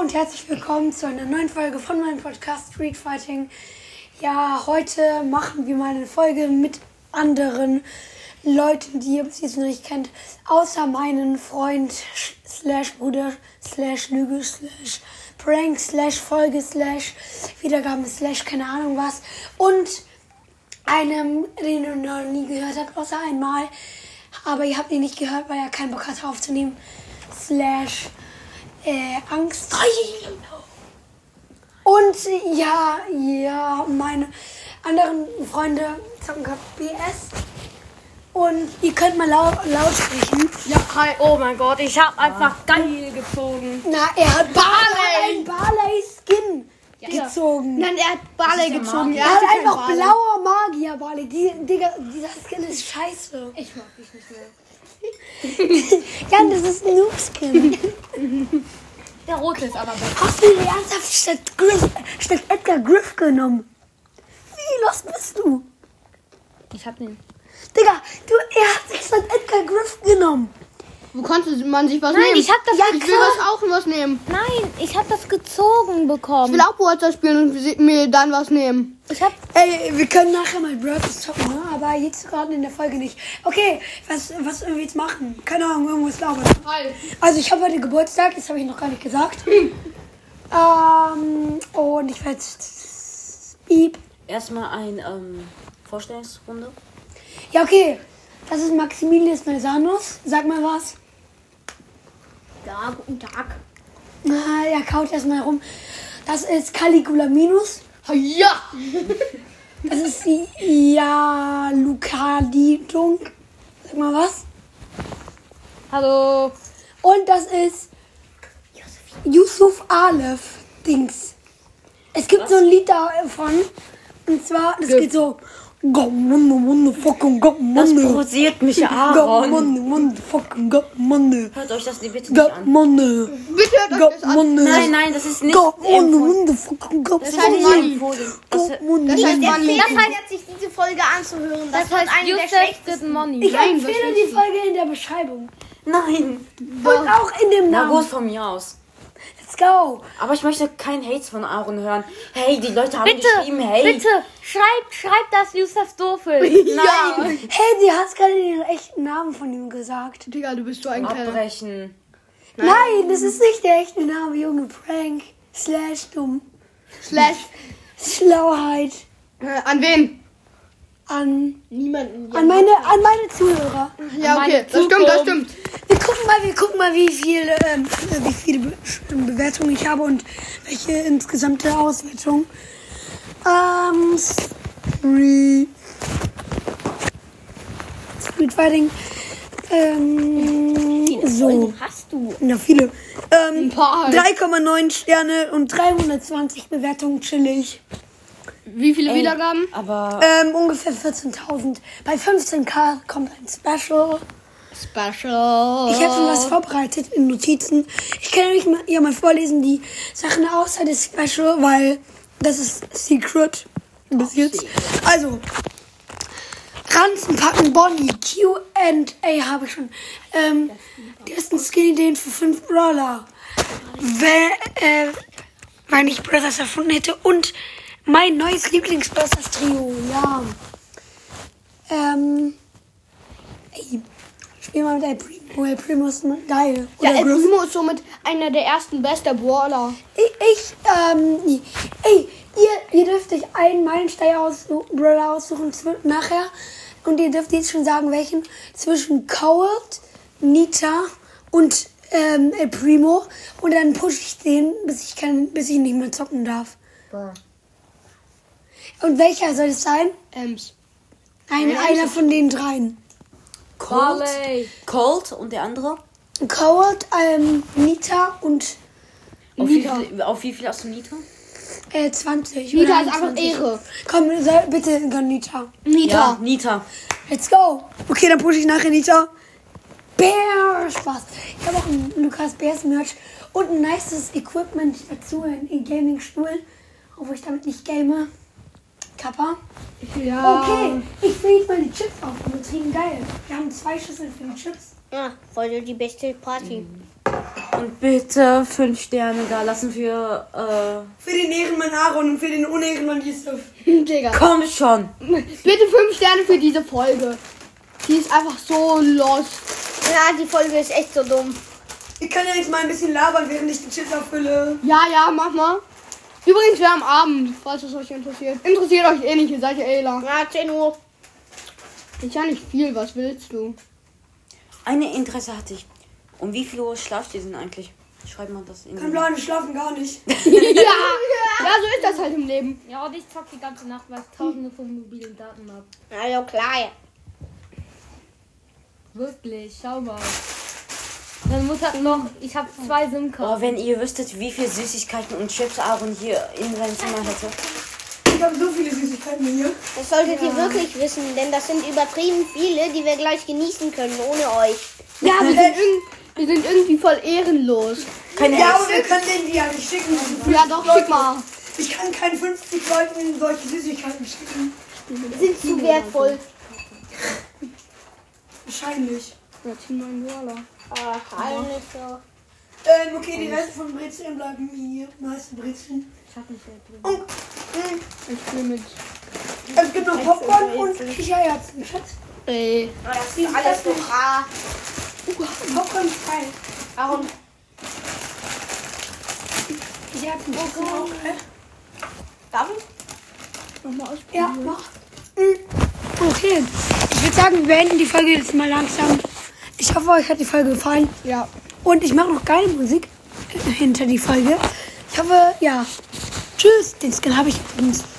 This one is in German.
und herzlich willkommen zu einer neuen Folge von meinem Podcast Street Fighting. Ja, heute machen wir mal eine Folge mit anderen Leuten, die ihr bis jetzt noch nicht kennt, außer meinen Freund sch- slash Bruder slash Lüge slash Prank slash Folge slash Wiedergaben slash keine Ahnung was und einem, den ihr noch nie gehört habt, außer einmal. Aber ihr habt ihn nicht gehört, weil er keinen Bock hatte aufzunehmen. Slash äh, Angst. Oh, Und ja, ja, meine anderen Freunde zocken gerade BS. Und ihr könnt mal laut, laut sprechen. Ja, hi. Oh mein Gott, ich hab einfach geil gezogen. Na, er hat Barley. einen Barley-Skin gezogen. Nein, er hat Barley der gezogen. Er hat einfach blauer Magier, Barley. Die, Digga, dieser Skin ist scheiße. Ich mag dich nicht mehr. Jan, das ist ein Noob-Skin. Der rote ist aber besser. Hast du ihn ernsthaft statt, Griff, statt Edgar Griff genommen? Wie los bist du? Ich hab den. Digga, du, er hat sich statt Edgar Griff genommen. Wo konnte man sich was Nein, nehmen? ich hab das ja, gekauft. Ich will was auch was nehmen. Nein, ich hab das gezogen Ich bekommen. will auch Water spielen und se- mir dann was nehmen. Ich hab. Ey, wir können nachher mal Brothers zocken, ne? aber jetzt gerade in der Folge nicht. Okay, was, was sollen wir jetzt machen? Keine Ahnung, irgendwas labern. Hi. Also ich habe heute Geburtstag, das habe ich noch gar nicht gesagt. ähm, und ich werde... Piep. Erstmal ein ähm, Vorstellungsrunde. Ja, okay. Das ist Maximilius Neusanus. Sag mal was. Ja, guten Tag. Na, er kaut erstmal rum. Das ist Caligula Minus. Ja. Das ist die ja, Lucadidung. Sag mal was. Hallo. Und das ist Yusuf Aleph Dings. Es gibt so ein Lied davon. Und zwar, das geht so. Go, Munde, Munde, fucking Go, Das Munde. provoziert mich, Go, Aaron. Munde, Munde, fucking Go, Munde. Hört euch das bitte nicht Go, an. Munde. Bitte hört Go, euch das an. Munde. Nein, nein, das ist nicht Go, Munde, empfohlen. Munde, fucking Go, Das heißt ist Money. nicht empfohlen. Das, Munde. Das heißt Money. Das heißt, sich diese Folge anzuhören. Das, Das, heißt, wird eine you der saved schlechtesten. it money. Ich Nein, empfehle das die Folge in der Beschreibung. nein. Und auch in dem Na gut, Namen. von mir aus. Let's go. Aber ich möchte keinen Hates von Aaron hören. Hey, die Leute haben Bitte, geschrieben, hey. bitte, schreibt, schreibt das Yusuf Dofel. Ja. Hey, die hast gerade den echten Namen von ihm gesagt. Digga, du bist so ein kleiner. Abbrechen. Nein, das ist nicht der echte Name, Junge. Prank. Slash dumm. Slash. Schlauheit. Äh, an wen? An, Niemanden. an, meine, an meine Zuhörer. Ja, An okay. meine Das stimmt, das stimmt. Wir gucken mal, wir gucken mal, wie viele, ähm, äh, wie viele Be Bewertungen ich habe und welche insgesamte Auswertung. Ähm, Street, Street Fighting. Ähm, so. Hast du? Ja, viele. Ähm, paar halt. 3,9 Sterne und 320 Bewertungen chillig. Wie viele Wiedergaben? Ah. Aber Ähm, ungefähr 14.000. Bei 15k kommt ein Special. Special. Ich habe schon was vorbereitet in Notizen. Ich kann euch mal, ja mal vorlesen die Sachen außer des Special, weil das ist Secret bis jetzt. Also, Ranzen packen Bonnie, Q&A habe ich schon. Ähm, die ersten Skin-Ideen für 5 Brawler. Wer, äh, wenn ich Brothers erfunden hätte und mein neues Lieblings-Brothers-Trio, ja. Ähm, ey, spiel mal mit El Primo. El Primo ist ein geil. Ja, Oder El Griff. Primo ist somit einer der ersten bester Brawler. Ich, ich, ähm, nee. ey, ihr, ihr dürft euch einen Meilenstein aussuchen, Brawler aussuchen zw- nachher. Und ihr dürft jetzt schon sagen, welchen. Zwischen Cold, Nita und ähm, El Primo. Und dann pushe ich den, bis ich, kann, bis ich nicht mehr zocken darf. Und welcher soll es sein? Ems. Ein, einer von den dreien. Cold. Barley. Cold und der andere? Cold, ähm, Nita und Auf wie, viel, auf wie viel hast du Nita? äh, 20. oder Nita ist einfach 21. Ehre. Komm, soll, bitte, gönn Nita. Ja, Nita. Nita. Let's go. Okay, dann pushe ich nachher Nita. Bär, Spaß. Ich habe auch ein Lukas Bärs Merch und ein nices Equipment dazu, ein Gaming-Stuhl, obwohl ich damit nicht game. Kappa. Ja. Okay, ich will jetzt mal die Chips auf. Übertrieben geil. Wir haben zwei Schüsseln für die Chips. Ah, heute die beste Party. Und bitte 5 Sterne da lassen für. Für den Ehrenmann Aaron und für den Unehrenmann Yusuf. Äh, Digga. komm schon! Bitte 5 Sterne für diese Folge. Die ist einfach so lost. Ja, die Folge ist echt so dumm. Ihr könnt ja jetzt mal ein bisschen labern, während ich den Chips abfülle. Ja, ja, mach mal. Übrigens, wir haben Abend, falls es euch interessiert. Interessiert euch eh nicht, ihr seid ja eh lang. Ja, 10 Uhr. Ist ja nicht viel, was willst du? Eine Interesse hatte ich. Um wie viel Uhr schlaft ihr denn eigentlich? Schreibt mal das in Kein die Plan, wir schlafen gar nicht. ja. ja, so ist das halt im Leben. Ja, und ich zock die ganze Nacht, weil ich tausende von mobilen Daten habe. Na ja, Also klar. ja. Wirklich, schau mal. Meine Mutter hat noch, ich habe zwei SIM-Karten. Oh, wenn ihr wüsstet, wie viel Süßigkeiten und Chips Aaron hier in seinem Zimmer hätte. Ich habe so viele Süßigkeiten hier. Das solltet ihr wirklich wissen, denn das sind übertrieben viele, die wir gleich genießen können, ohne euch. Ja, wir sind, irgend- wir sind irgendwie voll ehrenlos. Keine Ja, Ex- aber wir können denen die ja nicht schicken. Ja, doch, schick mal. Ich kann keinen 50 Leuten solche Süßigkeiten schicken. Sind zu wertvoll. Wahrscheinlich. Ja, zieh mal einen Wurler. Ach, eigentlich Äh, so. Ähm, okay, die Reste von Brezeln bleiben mir. Meiste Brezeln. Und mh, Ich spiel mit. es gibt noch Popcorn und Kichererbsen. Schatz, Ey. Das ist alles so rar. Popcorn ist geil. Warum? Kichererbsen sind auch geil. Darf ich? Nochmal ausprobieren. Ja, mach. Okay, ich würde sagen, wir beenden die Folge jetzt mal langsam. Ich hoffe, euch hat die Folge gefallen. Ja. Und ich mache noch geile äh, Musik hinter die Folge. Ich hoffe, ja. Tschüss, den Skin habe ich übrigens.